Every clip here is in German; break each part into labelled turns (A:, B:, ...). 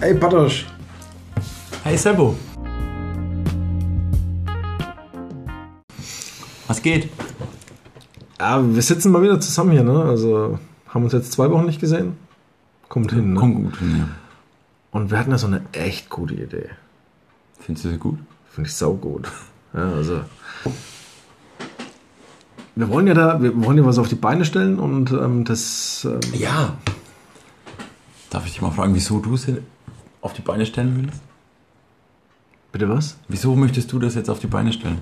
A: Ey, Bartosch.
B: Hey Sebo. Was geht?
A: Ja, wir sitzen mal wieder zusammen hier, ne? Also haben uns jetzt zwei Wochen nicht gesehen. Kommt hin, ne?
B: Kommt gut hin, ja.
A: Und wir hatten da so eine echt gute Idee.
B: Findest du sie gut?
A: Finde ich saugut. Ja, also. Wir wollen ja da, wir wollen ja was auf die Beine stellen und ähm, das. Ähm,
B: Ja. Darf ich dich mal fragen, wieso du es auf die Beine stellen willst?
A: bitte was?
B: Wieso möchtest du das jetzt auf die Beine stellen?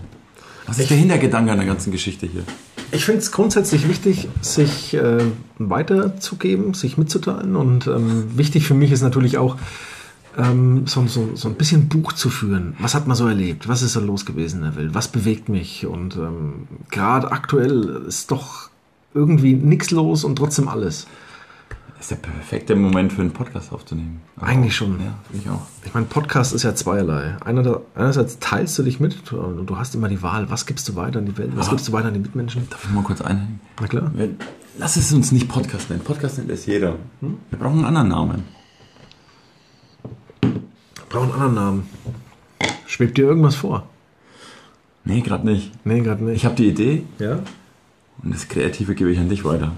B: Was ist der Hintergedanke an der ganzen Geschichte hier?
A: Ich finde es grundsätzlich wichtig, sich äh, weiterzugeben, sich mitzuteilen. Und ähm, wichtig für mich ist natürlich auch, ähm, so, so, so ein bisschen Buch zu führen. Was hat man so erlebt? Was ist so los gewesen in der Welt? Was bewegt mich? Und ähm, gerade aktuell ist doch irgendwie nichts los und trotzdem alles.
B: Das ist der perfekte Moment für einen Podcast aufzunehmen. Aber
A: Eigentlich schon.
B: Ja, finde ich auch.
A: Ich meine, Podcast ist ja zweierlei. Einer- Einerseits teilst du dich mit und du hast immer die Wahl, was gibst du weiter an die Welt, was
B: Ah.
A: gibst du weiter an die Mitmenschen?
B: Darf ich mal kurz einhängen?
A: Na klar.
B: Wir- Lass es uns nicht Podcast nennen. Podcast nennt es jeder.
A: Hm?
B: Wir brauchen einen anderen Namen.
A: Brauchen einen anderen Namen. Schwebt dir irgendwas vor?
B: Nee, gerade nicht.
A: Nee, gerade nicht.
B: Ich habe die Idee
A: Ja?
B: und das Kreative gebe ich an dich weiter.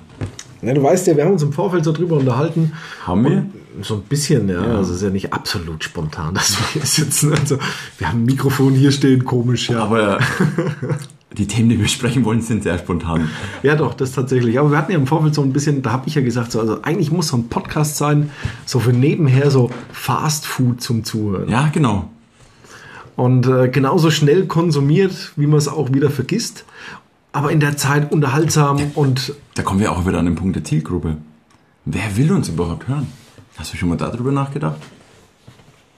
A: ja? Du weißt ja, wir haben uns im Vorfeld so drüber unterhalten.
B: Haben wir?
A: So ein bisschen, ja. Also es ist ja nicht absolut spontan, dass wir hier sitzen. Also wir haben ein Mikrofon hier stehen, komisch, ja.
B: Aber die Themen, die wir besprechen wollen, sind sehr spontan.
A: Ja, doch, das tatsächlich. Aber wir hatten ja im Vorfeld so ein bisschen, da habe ich ja gesagt, so, also eigentlich muss so ein Podcast sein, so für nebenher so Fast Food zum Zuhören.
B: Ja, genau.
A: Und äh, genauso schnell konsumiert, wie man es auch wieder vergisst, aber in der Zeit unterhaltsam und
B: Da kommen wir auch wieder an den Punkt der Zielgruppe. Wer will uns überhaupt hören? Hast du schon mal darüber nachgedacht?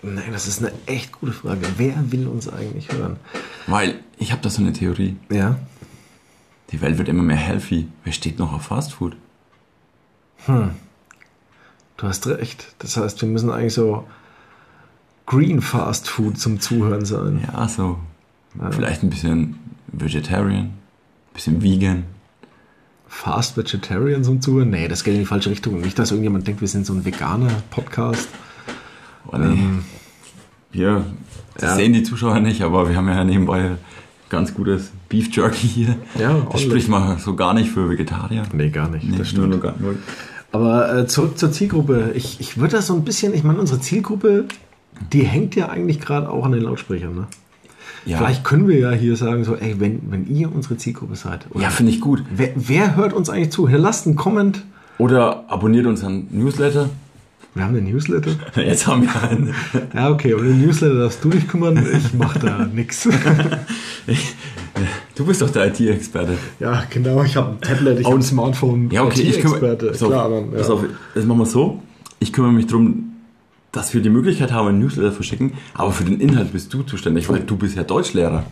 A: nein, das ist eine echt gute Frage. Wer will uns eigentlich hören?
B: Weil ich habe da so eine Theorie.
A: Ja.
B: Die Welt wird immer mehr healthy. Wer steht noch auf Fast Food?
A: Du hast recht. Das heißt, wir müssen eigentlich so Green Fast Food zum Zuhören sein.
B: Ja, so. Vielleicht ein bisschen Vegetarian, ein bisschen Vegan.
A: Fast Vegetarian zum Zuhören? Nee, das geht in die falsche Richtung. Nicht, dass irgendjemand denkt, wir sind so ein veganer Podcast.
B: Oh, nee.
A: Ähm,
B: wir das sehen die Zuschauer nicht, aber wir haben ja nebenbei ganz gutes Beef Jerky hier.
A: Ja,
B: das
A: ordentlich.
B: spricht man so gar nicht für Vegetarier.
A: Nee, gar nicht.
B: Nee,
A: das stimmt.
B: nur- nur- nur-
A: Aber äh, zurück zur Zielgruppe. Ich, ich würde das so ein bisschen, ich meine, unsere Zielgruppe, die hängt ja eigentlich gerade auch an den Lautsprechern. Ne?
B: Ja,
A: Vielleicht können wir ja hier sagen, so, ey, wenn, wenn ihr unsere Zielgruppe seid. Oder
B: ja finde ich gut.
A: wer, wer hört uns eigentlich zu? Hinterlasst einen Comment.
B: Oder abonniert unseren Newsletter.
A: Wir haben den Newsletter.
B: Jetzt haben wir einen.
A: Ja, okay, um den Newsletter darfst du dich kümmern. Ich mache da nichts.
B: Du bist doch der IT-Experte.
A: Ja, genau. Ich habe ein Tablet, ich habe ein Smartphone.
B: Ja, okay, ich kümmere
A: Experte.
B: pass auf,
A: Klar, dann,
B: pass auf, das machen wir so. Ich kümmere mich darum, dass wir die Möglichkeit haben, einen Newsletter verschicken, aber für den Inhalt bist du zuständig, weil du bist ja Deutschlehrer.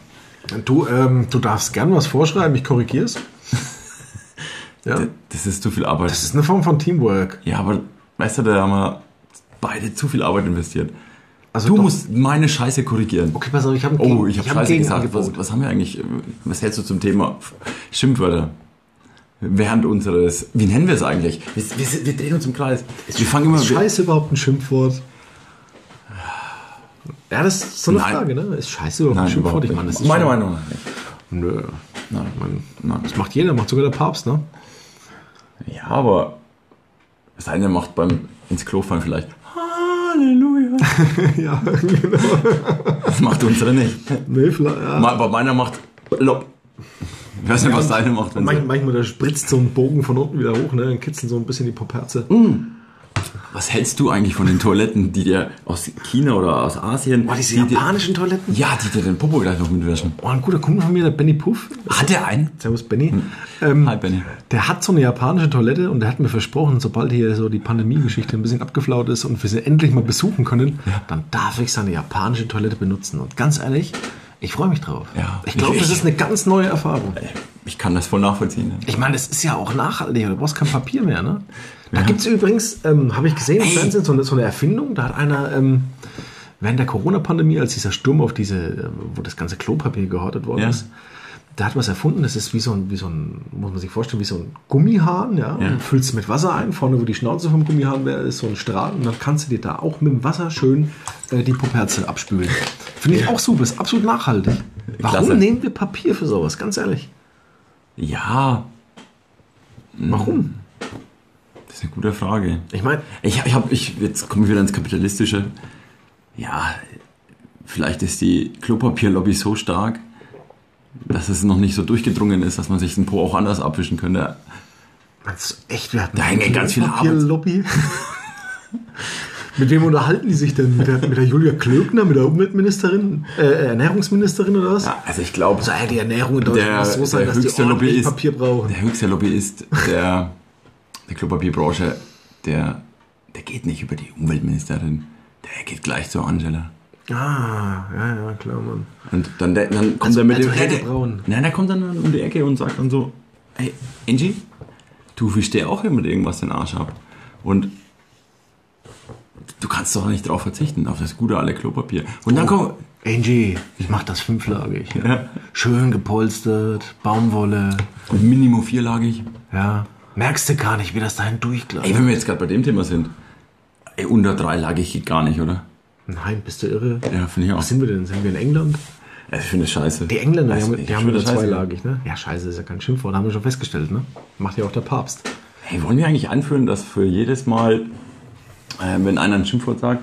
A: Du, ähm, du darfst gern was vorschreiben, ich korrigiere es. ja.
B: D- Das ist zu viel Arbeit.
A: Das ist eine Form von Teamwork.
B: ja, aber weißt du, da haben wir beide zu viel Arbeit investiert.
A: Also
B: Du
A: doch-
B: musst meine Scheiße korrigieren.
A: Okay, pass auf, ich habe
B: Oh, ich habe Scheiße gesagt. Was, was haben wir eigentlich? äh, Was hältst du zum Thema F- Schimpfwörter? Während unseres. Wie nennen wir es eigentlich? Wir, wir, wir drehen uns im Kreis. Wir fangen immer.
A: Ist Scheiße überhaupt ein Schimpfwort? Ja, das ist so eine
B: Nein.
A: Frage, ne? Ist Scheiße überhaupt ein
B: Nein,
A: Schimpfwort?
B: überhaupt
A: Ich
B: nicht.
A: meine, das ist
B: Meiner
A: schon-
B: Meinung nach nicht.
A: Nö.
B: Nein, Mann, nein.
A: Das macht jeder, macht sogar der Papst, ne?
B: Ja, aber das eine macht beim ins Klo fahren vielleicht Halleluja.
A: ja, genau.
B: Das macht unsere nicht.
A: Nee, vielleicht, ja.
B: Ma- Aber meiner macht Lob. Ich weiß nicht, was deine macht. wenn
A: Manch,
B: sie-
A: manchmal da spritzt so ein Bogen von unten wieder hoch, ne? Dann kitzeln so ein bisschen die Popherze.
B: Hm. Was hältst du eigentlich von den Toiletten, die dir aus China oder aus Asien... dir,
A: Toiletten?
B: ja, die dir den Popo gleich noch mitwischen.
A: Oh, ein guter Kumpel von mir, der Benny Puff.
B: Hat er einen?
A: Servus Benny.
B: Hm.
A: Ähm,
B: Hi, Benny.
A: Der hat so eine japanische Toilette und der hat mir versprochen, sobald hier so die Pandemie-Geschichte ein bisschen abgeflaut ist und wir sie endlich mal besuchen können, dann darf ich seine japanische Toilette benutzen. Und ganz ehrlich, ich freue mich drauf.
B: Ja.
A: ich glaube,
B: Ich-
A: das ist eine ganz neue Erfahrung.
B: Ich kann das voll nachvollziehen. ne?
A: Ich meine, das ist ja auch nachhaltig. Du brauchst kein Papier mehr, ne? Da gibt's übrigens, ähm, habe ich gesehen im
B: Ey.
A: Fernsehen, so eine, so eine Erfindung. Da hat einer ähm, äh, während der Corona-Pandemie, als dieser Sturm auf diese, ähm, wo das ganze Klopapier gehortet worden
B: Ja.
A: ist, da hat man es erfunden, das ist wie so, ein, wie so ein, muss man sich vorstellen, wie so ein Gummihahn, ja,
B: Ja.
A: und füllst mit Wasser ein, vorne wo die Schnauze vom Gummihahn wäre, ist so ein Strahl und dann kannst du dir da auch mit dem Wasser schön äh, die Poperze abspülen. Finde ich auch super, ist absolut nachhaltig. Warum
B: Klasse.
A: nehmen wir Papier für sowas, ganz ehrlich?
B: Ja,
A: Warum?
B: das ist eine gute Frage.
A: Ich meine,
B: Ich, ich habe, ich, jetzt komme ich wieder ins Kapitalistische. Ja, vielleicht ist die Klopapierlobby so stark, dass es noch nicht so durchgedrungen ist, dass man sich den Po auch anders abwischen könnte.
A: meinst du echt, wir hatten
B: Da hängen
A: eine
B: ganz viele
A: Papierlobby. mit wem unterhalten die sich denn? Mit der, mit der Julia Klöckner, mit der Umweltministerin, äh, Ernährungsministerin oder was?
B: Ja, also ich glaube,
A: Soll halt die Ernährung in Deutschland
B: der,
A: muss so sein,
B: der,
A: dass die
B: höchste
A: ordentlich
B: Lobbyist,
A: Papier brauchen.
B: der höchste Lobbyist der, der Klopapierbranche, der, der geht nicht über die Umweltministerin. Der geht gleich zur Angela.
A: Ah, ja, ja, klar, Mann.
B: Und dann, der- dann kommt
A: Also-
B: er mit
A: also
B: dem.
A: Helge
B: Nein, der-
A: Braun.
B: Nein, der kommt dann um die Ecke und sagt dann so: Hey, Angie, du wischst dir auch immer mit irgendwas den Arsch ab. Und du kannst doch nicht drauf verzichten, auf das gute alte Klopapier. Und dann kommt.
A: Oh. Angie, ich mach das fünflagig. Ja. Schön gepolstert, Baumwolle,
B: Minimum vierlagig.
A: ja. Merkst du gar nicht, wie das dahin durchgleicht.
B: Ey, wenn wir jetzt gerade bei dem Thema sind. Ey, unter dreilagig geht gar nicht, oder?
A: Nein, bist du irre?
B: Ja, finde ich auch.
A: Was sind wir denn? Sind wir in England?
B: Also, ich finde das scheiße.
A: Die Engländer, die
B: Also,
A: haben,
B: ich
A: die haben
B: finde
A: nur
B: das scheiße.
A: zweilagig, ne? Ja, scheiße, ist ja kein Schimpfwort, haben wir schon festgestellt, ne? Macht ja auch der Papst.
B: Hey, wollen wir eigentlich anführen, dass für jedes Mal, äh, wenn einer ein Schimpfwort sagt,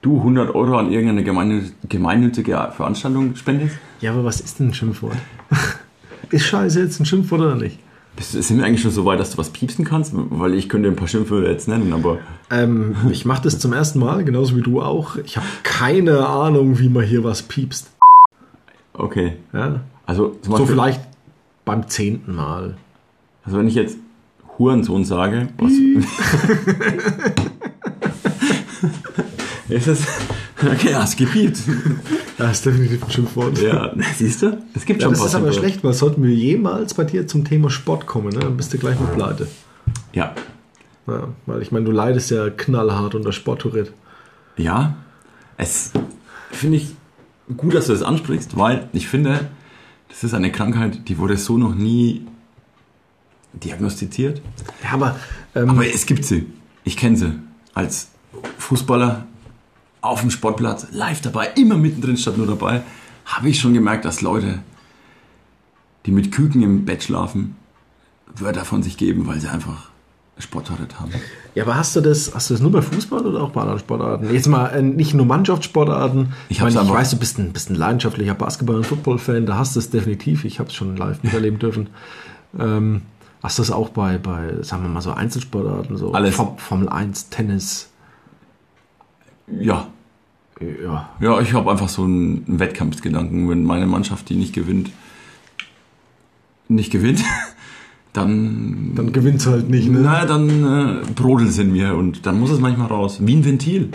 B: du 100 Euro an irgendeine gemeinnü- gemeinnützige Veranstaltung spendest?
A: Ja, aber was ist denn ein Schimpfwort? ist scheiße jetzt ein Schimpfwort oder nicht?
B: Bist, sind wir eigentlich schon so weit, dass du was piepsen kannst? Weil ich könnte ein paar Schimpfwörter jetzt nennen, aber
A: Ähm, ich mache das zum ersten Mal, genauso wie du auch. Ich habe keine Ahnung, wie man hier was piepst.
B: okay.
A: Ja?
B: Also zum
A: So
B: Beispiel,
A: vielleicht beim zehnten Mal.
B: also wenn ich jetzt Hurensohn sage, was, ist das, okay, ja, es gepiept.
A: Das ist definitiv ein Schimpfwort.
B: Ja, siehst du? Es gibt
A: Ja,
B: schon
A: das ist aber
B: Schimpfwörter.
A: schlecht, weil sollten wir jemals bei dir zum Thema Sport kommen, ne? dann bist du gleich mit Pleite.
B: Ja.
A: Ja, weil ich meine, du leidest ja knallhart unter Sporttourette.
B: Ja, es finde ich gut, dass du das ansprichst, weil ich finde, das ist eine Krankheit, die wurde so noch nie diagnostiziert.
A: Ja, aber, ähm,
B: Aber es gibt sie. Ich kenne sie. Als Fußballer auf dem Sportplatz, live dabei, immer mittendrin statt nur dabei, habe ich schon gemerkt, dass Leute, die mit Küken im Bett schlafen, Wörter von sich geben, weil sie einfach Sporttourette haben.
A: ja, aber hast, du das, hast du das nur bei Fußball oder auch bei anderen Sportarten? Jetzt mal äh, nicht nur Mannschaftssportarten.
B: Ich hab's
A: meine, ich
B: aber-
A: weiß, du bist ein, bist ein leidenschaftlicher Basketball- und Football-Fan, da hast du es definitiv. Ich habe es schon live miterleben dürfen. Ähm, hast du es auch bei, bei, sagen wir mal, so Einzelsportarten, so
B: Alles.
A: Form- Formel 1, Tennis?
B: Ja,
A: Ja,
B: Ja, ich habe einfach so einen Wettkampfgedanken. Wenn meine Mannschaft die nicht gewinnt, nicht gewinnt, dann,
A: dann gewinnt halt nicht, ne?
B: na, dann äh, brodelt in mir und dann muss es manchmal raus. Wie ein Ventil.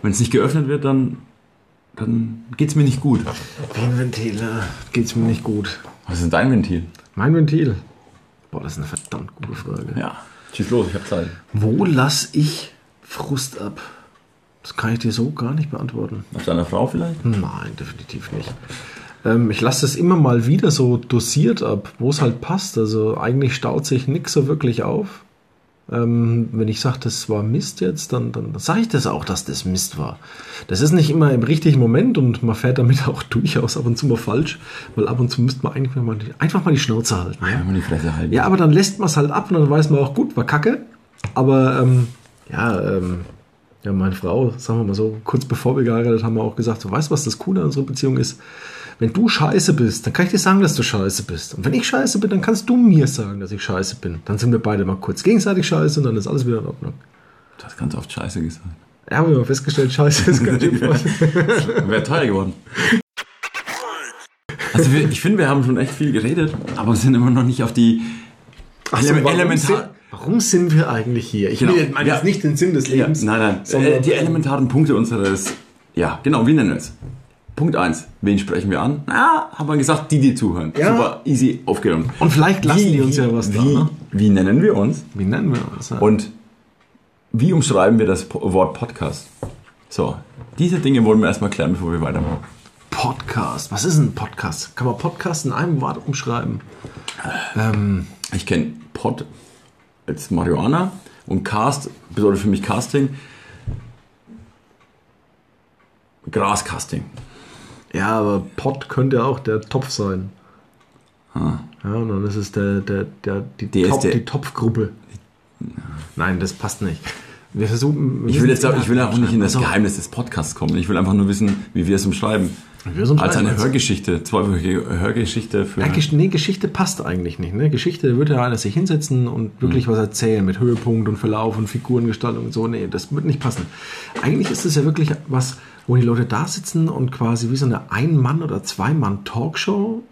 B: Wenn es nicht geöffnet wird, dann, dann geht's mir nicht gut.
A: Wie ein Ventil, äh, geht's mir nicht gut.
B: Was ist dein Ventil?
A: Mein Ventil? Boah, das ist eine verdammt gute Frage.
B: Ja. Schieß los, ich hab Zeit.
A: Wo lass ich Frust ab? Das kann ich dir so gar nicht beantworten.
B: Auf deiner Frau vielleicht?
A: Nein, definitiv nicht. Ähm, ich lasse das immer mal wieder so dosiert ab, wo es halt passt. Also eigentlich staut sich nichts so wirklich auf. Ähm, wenn ich sage, das war Mist jetzt, dann, dann sage ich das auch, dass das Mist war. Das ist nicht immer im richtigen Moment und man fährt damit auch durchaus ab und zu mal falsch, weil ab und zu müsste man eigentlich mal die, einfach mal die Schnauze halten. Ja?
B: Wenn man die Fresse halten.
A: Ja, aber dann lässt man es halt ab und dann weiß man auch, gut, war kacke. Aber ähm, ja, ähm, ja, meine Frau, sagen wir mal so, kurz bevor wir geheiratet haben, wir auch gesagt, so, weißt du, was das Coole an unserer Beziehung ist? Wenn du scheiße bist, dann kann ich dir sagen, dass du scheiße bist. Und wenn ich scheiße bin, dann kannst du mir sagen, dass ich scheiße bin. Dann sind wir beide mal kurz gegenseitig scheiße und dann ist alles wieder in Ordnung.
B: Du hast ganz oft Scheiße gesagt.
A: Ja, haben wir mal festgestellt, scheiße ist kein Schimpfwort.
B: Wäre teuer geworden. Also wir, ich finde, wir haben schon echt viel geredet, aber sind immer noch nicht auf die
A: Also,
B: Ele-
A: warum,
B: elementar-
A: sind, warum sind wir eigentlich hier? Ich
B: Genau.
A: will- meine jetzt
B: Ja.
A: nicht den Sinn des
B: Ja,
A: Lebens.
B: nein, nein.
A: sondern-
B: Äh, die elementaren Punkte unseres. Ja, genau, wie nennen wir es? Punkt 1. Wen sprechen wir an? Ah, haben wir gesagt, die, die zuhören.
A: Ja.
B: Super, easy, aufgeräumt.
A: Und vielleicht lassen die uns ja was
B: wie,
A: da, ne?
B: Wie nennen wir uns?
A: Wie nennen wir uns? Ja?
B: Und wie umschreiben wir das Po- Wort Podcast? So, diese Dinge wollen wir erstmal klären, bevor wir weitermachen.
A: Podcast. Was ist ein Podcast? Kann man Podcast in einem Wort umschreiben?
B: Ich kenne Pod als Marihuana und Cast bedeutet für mich Casting. Grascasting.
A: Ja, aber Pod könnte ja auch der Topf sein. Ja, und dann ist es der, der, der, die,
B: Ah. Der ist
A: Top,
B: der-
A: die Topfgruppe. Nein, das passt nicht. Wir versuchen. wir
B: Ich
A: müssen
B: will, jetzt, auch- ich will auch nicht in das
A: Also,
B: Geheimnis des Podcasts kommen. Ich will einfach nur wissen, wie wir es umschreiben.
A: Wie wir es umschreiben,
B: Als eine
A: meinst du?
B: Hörgeschichte, zweiwöchige Hörgeschichte für.
A: Ja, Gesch- nee, Geschichte passt eigentlich nicht. Ne? Geschichte würde ja einer sich hinsetzen und wirklich
B: Hm.
A: was erzählen mit Höhepunkt und Verlauf und Figurengestaltung und so. Nee, das wird nicht passen. Eigentlich ist es ja wirklich was, wo die Leute da sitzen und quasi wie so eine Ein-Mann- oder Zwei-Mann-Talkshow,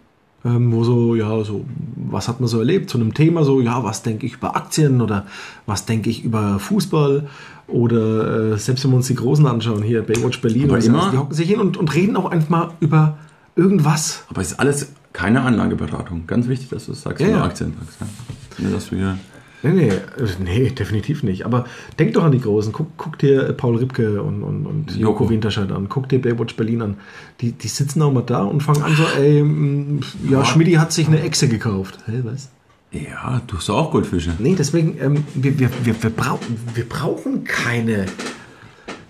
A: ähm, wo so, ja, so, was hat man so erlebt zu einem Thema, so, ja, was denke ich über Aktien oder was denke ich über Fußball oder äh, selbst wenn wir uns die Großen anschauen, hier Baywatch Berlin,
B: Aber
A: und so,
B: immer-
A: also die hocken sich hin und, und reden auch einfach mal über irgendwas.
B: Aber es ist alles keine Anlageberatung. Ganz wichtig, dass du es sagst,
A: Ja,
B: wenn du
A: ja.
B: Aktien sagst. Ja. Nicht, dass du hier
A: Nee, nee, äh, nee, definitiv nicht. Aber denk doch an die Großen. Guck, guck dir äh, Paul Ripke und, und, und Joko.
B: Joko.
A: Winterscheid an. Guck dir Baywatch Berlin an. Die, die sitzen auch mal da und fangen an so, ey, mm, ja, Schmidti hat sich eine Echse gekauft. Hä, was?
B: ja, du hast auch Goldfische.
A: Nee, deswegen, ähm, wir, wir, wir, wir, brau wir brauchen keine,
B: Nee,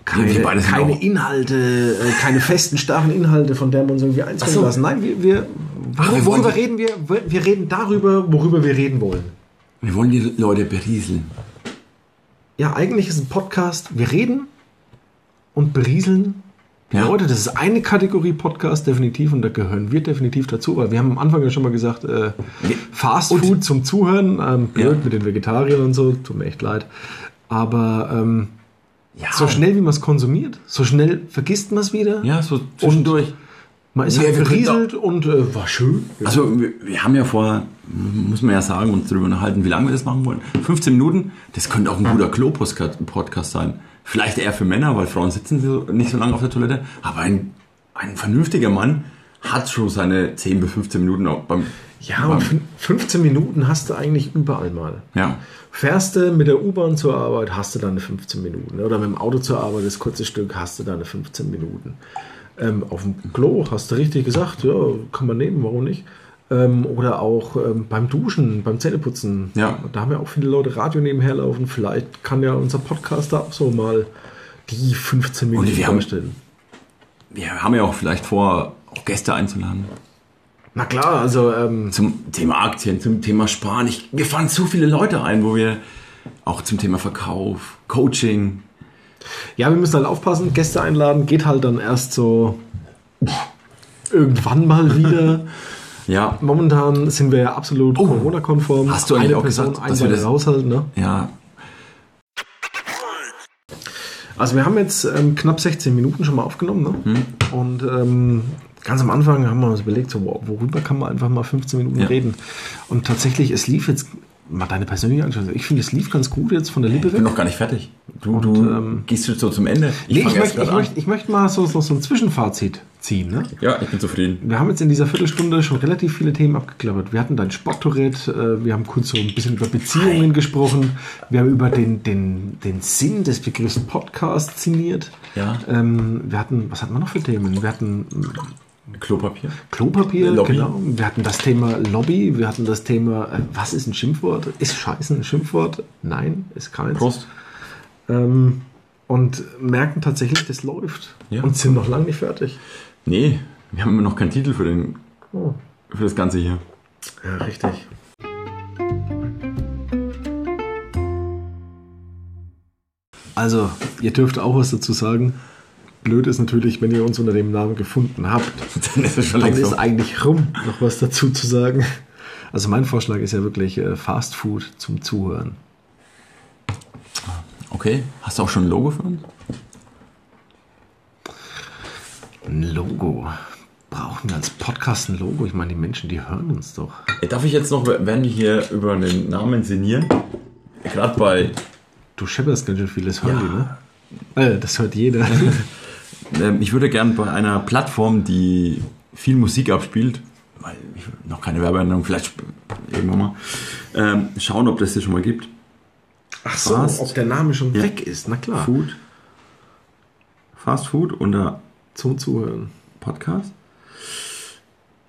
A: keine,
B: wir beide sind
A: keine
B: auch-
A: Inhalte, äh, keine festen, starren Inhalte, von der wir uns irgendwie einzeln
B: so.
A: lassen. Nein, wir, wir,
B: wir
A: worüber
B: wollen-
A: reden wir? Wir reden darüber, worüber wir reden wollen.
B: Wir wollen die Leute berieseln.
A: Ja, eigentlich ist ein Podcast, wir reden und berieseln. die
B: Ja.
A: Leute, das ist eine Kategorie Podcast definitiv und da gehören wir definitiv dazu, weil wir haben am Anfang ja schon mal gesagt, äh, Fast Food zum Zuhören, ähm, blöd
B: Ja.
A: mit den Vegetariern und so, tut mir echt leid. Aber ähm,
B: Ja,
A: so schnell wie man es konsumiert, so schnell vergisst man es wieder.
B: Ja, so zwischendurch.
A: Man ist
B: Ja,
A: halt
B: wir könnten
A: berieselt und äh, war schön.
B: Also wir, wir haben ja vor, muss man ja sagen, uns darüber unterhalten, wie lange wir das machen wollen. 15 Minuten, das könnte auch ein guter Klo-Podcast sein. Vielleicht eher für Männer, weil Frauen sitzen so- nicht so lange auf der Toilette. Aber ein, ein vernünftiger Mann hat schon seine 10 bis 15 Minuten auch beim...
A: Ja,
B: beim,
A: und fün- 15 Minuten hast du eigentlich überall mal.
B: ja.
A: Fährst du mit der U-Bahn zur Arbeit, hast du deine 15 Minuten. Oder mit dem Auto zur Arbeit, das kurze Stück, hast du deine 15 Minuten. Ähm, auf dem Klo, hast du richtig gesagt, ja, kann man nehmen, warum nicht? Ähm, oder auch ähm, beim Duschen, beim Zähneputzen.
B: Ja.
A: Da haben ja auch viele Leute Radio nebenher laufen. Vielleicht kann ja unser Podcast da auch so mal die 15 Minuten
B: wir haben-
A: vorstellen.
B: Wir haben ja auch vielleicht vor, auch Gäste einzuladen.
A: Na klar, also ähm,
B: Zum Thema Aktien, zum Thema Sparen. Ich, wir fahren so viele Leute ein, wo wir auch zum Thema Verkauf, Coaching,
A: ja, wir müssen halt aufpassen. Gäste einladen geht halt dann erst so pff, irgendwann mal wieder.
B: ja,
A: Momentan sind wir ja absolut Corona-konform.
B: Oh. Hast du eigentlich
A: Eine
B: auch
A: Person,
B: gesagt,
A: ein
B: dass wir
A: Bein
B: das-
A: raushalten? Ne?
B: ja,
A: Also wir haben jetzt ähm, knapp 16 Minuten schon mal aufgenommen. Ne?
B: Hm.
A: Und ähm, ganz am Anfang haben wir uns überlegt, so, wow, worüber kann man einfach mal 15 Minuten
B: Ja.
A: reden? Und tatsächlich, es lief jetzt mal deine persönliche Einschätzung. also Ich finde, es lief ganz gut jetzt von der Lippe
B: Ich bin
A: weg.
B: noch gar nicht fertig. Du, du gehst jetzt so zum Ende.
A: ähm, Nee,
B: fang
A: ich,
B: erst
A: möchte, ich,
B: grad an.
A: möchte, ich möchte mal so, so, so ein Zwischenfazit ziehen. Ne?
B: Ja, ich bin zufrieden.
A: Wir haben jetzt in dieser Viertelstunde schon relativ viele Themen abgeklappert. Wir hatten dein Sporttourette, äh, wir haben kurz so ein bisschen über Beziehungen gesprochen, wir haben über den, den, den Sinn des Begriffs Podcast ziniert.
B: Ja.
A: Ähm, wir hatten, was hatten wir noch für Themen? Wir hatten äh,
B: Klopapier.
A: Klopapier,
B: Lobby.
A: genau. Wir hatten das Thema Lobby, wir hatten das Thema, äh, was ist ein Schimpfwort? Ist Scheiße ein Schimpfwort? Nein, ist keins.
B: Prost.
A: Ähm, und merken tatsächlich, das läuft.
B: Ja.
A: Und sind noch lange nicht fertig.
B: Nee, wir haben immer noch keinen Titel für, den,
A: Oh.
B: für das Ganze hier.
A: Ja, richtig. Also, ihr dürft auch was dazu sagen. Blöd ist natürlich, wenn ihr uns unter dem Namen gefunden habt,
B: Dann ist es schon
A: dann
B: längst um.
A: ist
B: so.
A: eigentlich rum, noch was dazu zu sagen. Also mein Vorschlag ist ja wirklich äh, Fast Food zum Zuhören.
B: Okay, hast du auch schon ein Logo für uns?
A: Ein Logo. Brauchen wir als Podcast ein Logo? Ich meine, die Menschen, die hören uns doch.
B: Darf ich jetzt noch, werden wir hier über den Namen sinnieren? Gerade bei
A: Du schepperst ganz schön viel, das hören die, ne? Äh, das hört jeder.
B: Ähm, ich würde gern bei einer Plattform, die viel Musik abspielt, weil ich noch keine Werbeänderung, vielleicht sp- irgendwann mal, ähm, schauen, ob das hier schon mal gibt.
A: Ach
B: Fast.
A: der Name schon
B: Ja.
A: ist, na klar.
B: Food. Fast Food unter
A: Zum Zuhören.
B: Podcast.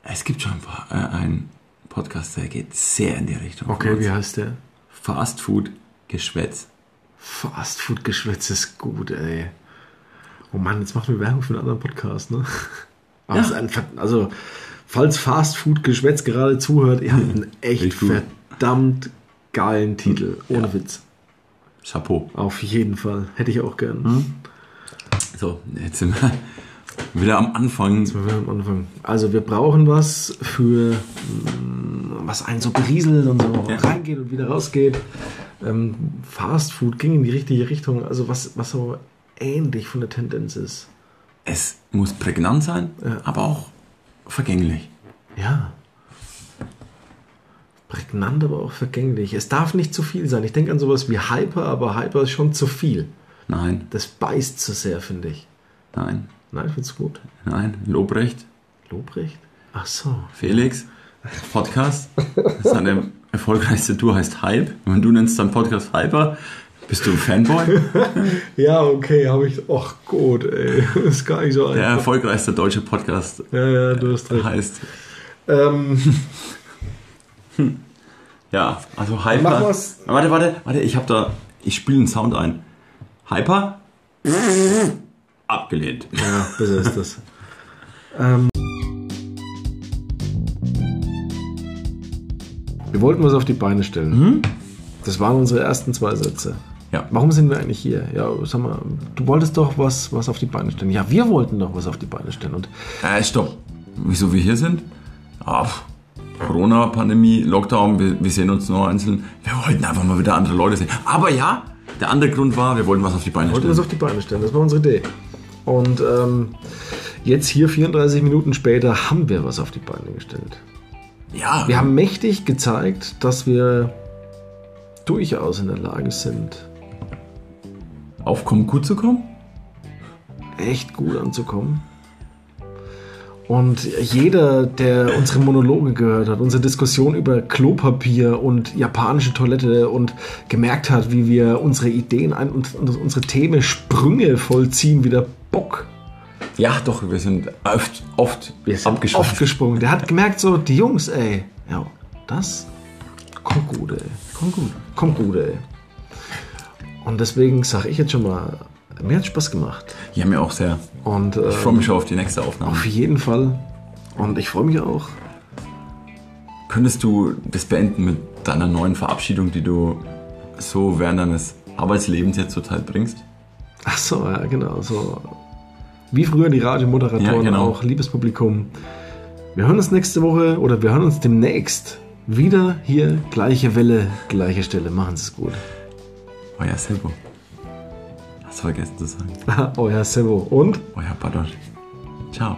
B: Es gibt schon ein paar, äh, einen Podcast, der geht sehr in die Richtung.
A: Okay, wie heißt der?
B: Fast Food Geschwätz.
A: Fast Food Geschwätz ist gut, ey. Oh Mann, jetzt machen wir Werbung für einen anderen Podcast, ne? Aber
B: Ja.
A: es ist ein, ver- also, falls Fast Food Geschwätz gerade zuhört, ihr habt einen echt
B: Richtig gut.
A: verdammt geilen Titel. Ohne Witz.
B: Chapeau.
A: Auf jeden Fall. Hätte ich auch gern.
B: Hm? So, jetzt sind wir wieder am Anfang.
A: Wir werden am Anfang. Also wir brauchen was für mm, was einen so berieselt und so
B: Ja.
A: reingeht und wieder rausgeht. Ähm, Fast Food ging in die richtige Richtung. Also was, was so ähnlich von der Tendenz ist.
B: Es muss prägnant sein,
A: Ja.
B: aber auch vergänglich.
A: Ja. Prägnant, aber auch vergänglich. Es darf nicht zu viel sein. Ich denke an sowas wie Hyper, aber Hyper ist schon zu viel.
B: Nein,
A: Das beißt zu sehr, finde ich.
B: nein,
A: Nein, find's gut.
B: nein. Lobrecht,
A: Lobrecht? Ach so.
B: Felix, Podcast. Seine erfolgreichste Tour heißt Hype. Und du nennst deinen Podcast Hyper. Bist du ein Fanboy?
A: Ja, okay, habe ich. Ach gut, ey. Ist gar nicht so
B: Der
A: einfach.
B: erfolgreichste deutsche Podcast
A: Ja, ja, du hast recht.
B: heißt.
A: Ähm,
B: Ja, also
A: Machen
B: Hyper.
A: wir's.
B: Warte, warte, warte, ich hab da. Ich spiele einen Sound ein. Hyper? Abgelehnt.
A: ja, besser ist das. ähm, wir wollten was auf die Beine stellen. Das waren unsere ersten zwei Sätze.
B: Ja.
A: Warum sind wir eigentlich hier? Ja, sag mal, du wolltest doch was, was auf die Beine stellen. Ja, wir wollten doch was auf die Beine stellen. Und
B: Äh, stopp. Wieso wir hier sind? Ah, pff. Corona-Pandemie, Lockdown, wir, wir sehen uns nur einzeln. Wir wollten einfach mal wieder andere Leute sehen. Aber ja, der andere Grund war, wir wollten was auf die Beine
A: wollten
B: stellen.
A: was auf die Beine stellen. Das war unsere Idee. Und ähm, jetzt hier 34 Minuten später haben wir was auf die Beine gestellt.
B: ja,
A: Wir haben mächtig gezeigt, dass wir durchaus in der Lage sind,
B: aufkommen, gut zu kommen.
A: echt gut anzukommen. Und jeder, der unsere Monologe gehört hat, unsere Diskussion über Klopapier und japanische Toilette und gemerkt hat, wie wir unsere Ideen ein und unsere Themen Sprünge vollziehen, wie der Bock.
B: Ja, doch, wir sind oft, oft abgeschweift.
A: aufgesprungen. Der hat gemerkt, so, die Jungs, ey, ja, das kommt gut, ey.
B: Kommt gut.
A: Kommt gut, ey. Und deswegen sage ich jetzt schon mal, mir hat Spaß gemacht.
B: Ja, mir auch sehr.
A: Und äh,
B: Ich freue mich schon auf die nächste Aufnahme.
A: auf jeden Fall. Und ich freue mich auch.
B: Könntest du das beenden mit deiner neuen Verabschiedung, die du so während deines Arbeitslebens jetzt total bringst?
A: Ach so, ja, genau. So. Wie früher die Radiomoderatoren
B: Ja, genau.
A: auch, liebes Publikum. Wir hören uns nächste Woche oder wir hören uns demnächst wieder hier. Gleiche Welle, gleiche Stelle. Machen Sie es gut.
B: Euer Silbo. Hast du vergessen zu sagen.
A: Euer Servo und
B: Euer Badosch. Ciao.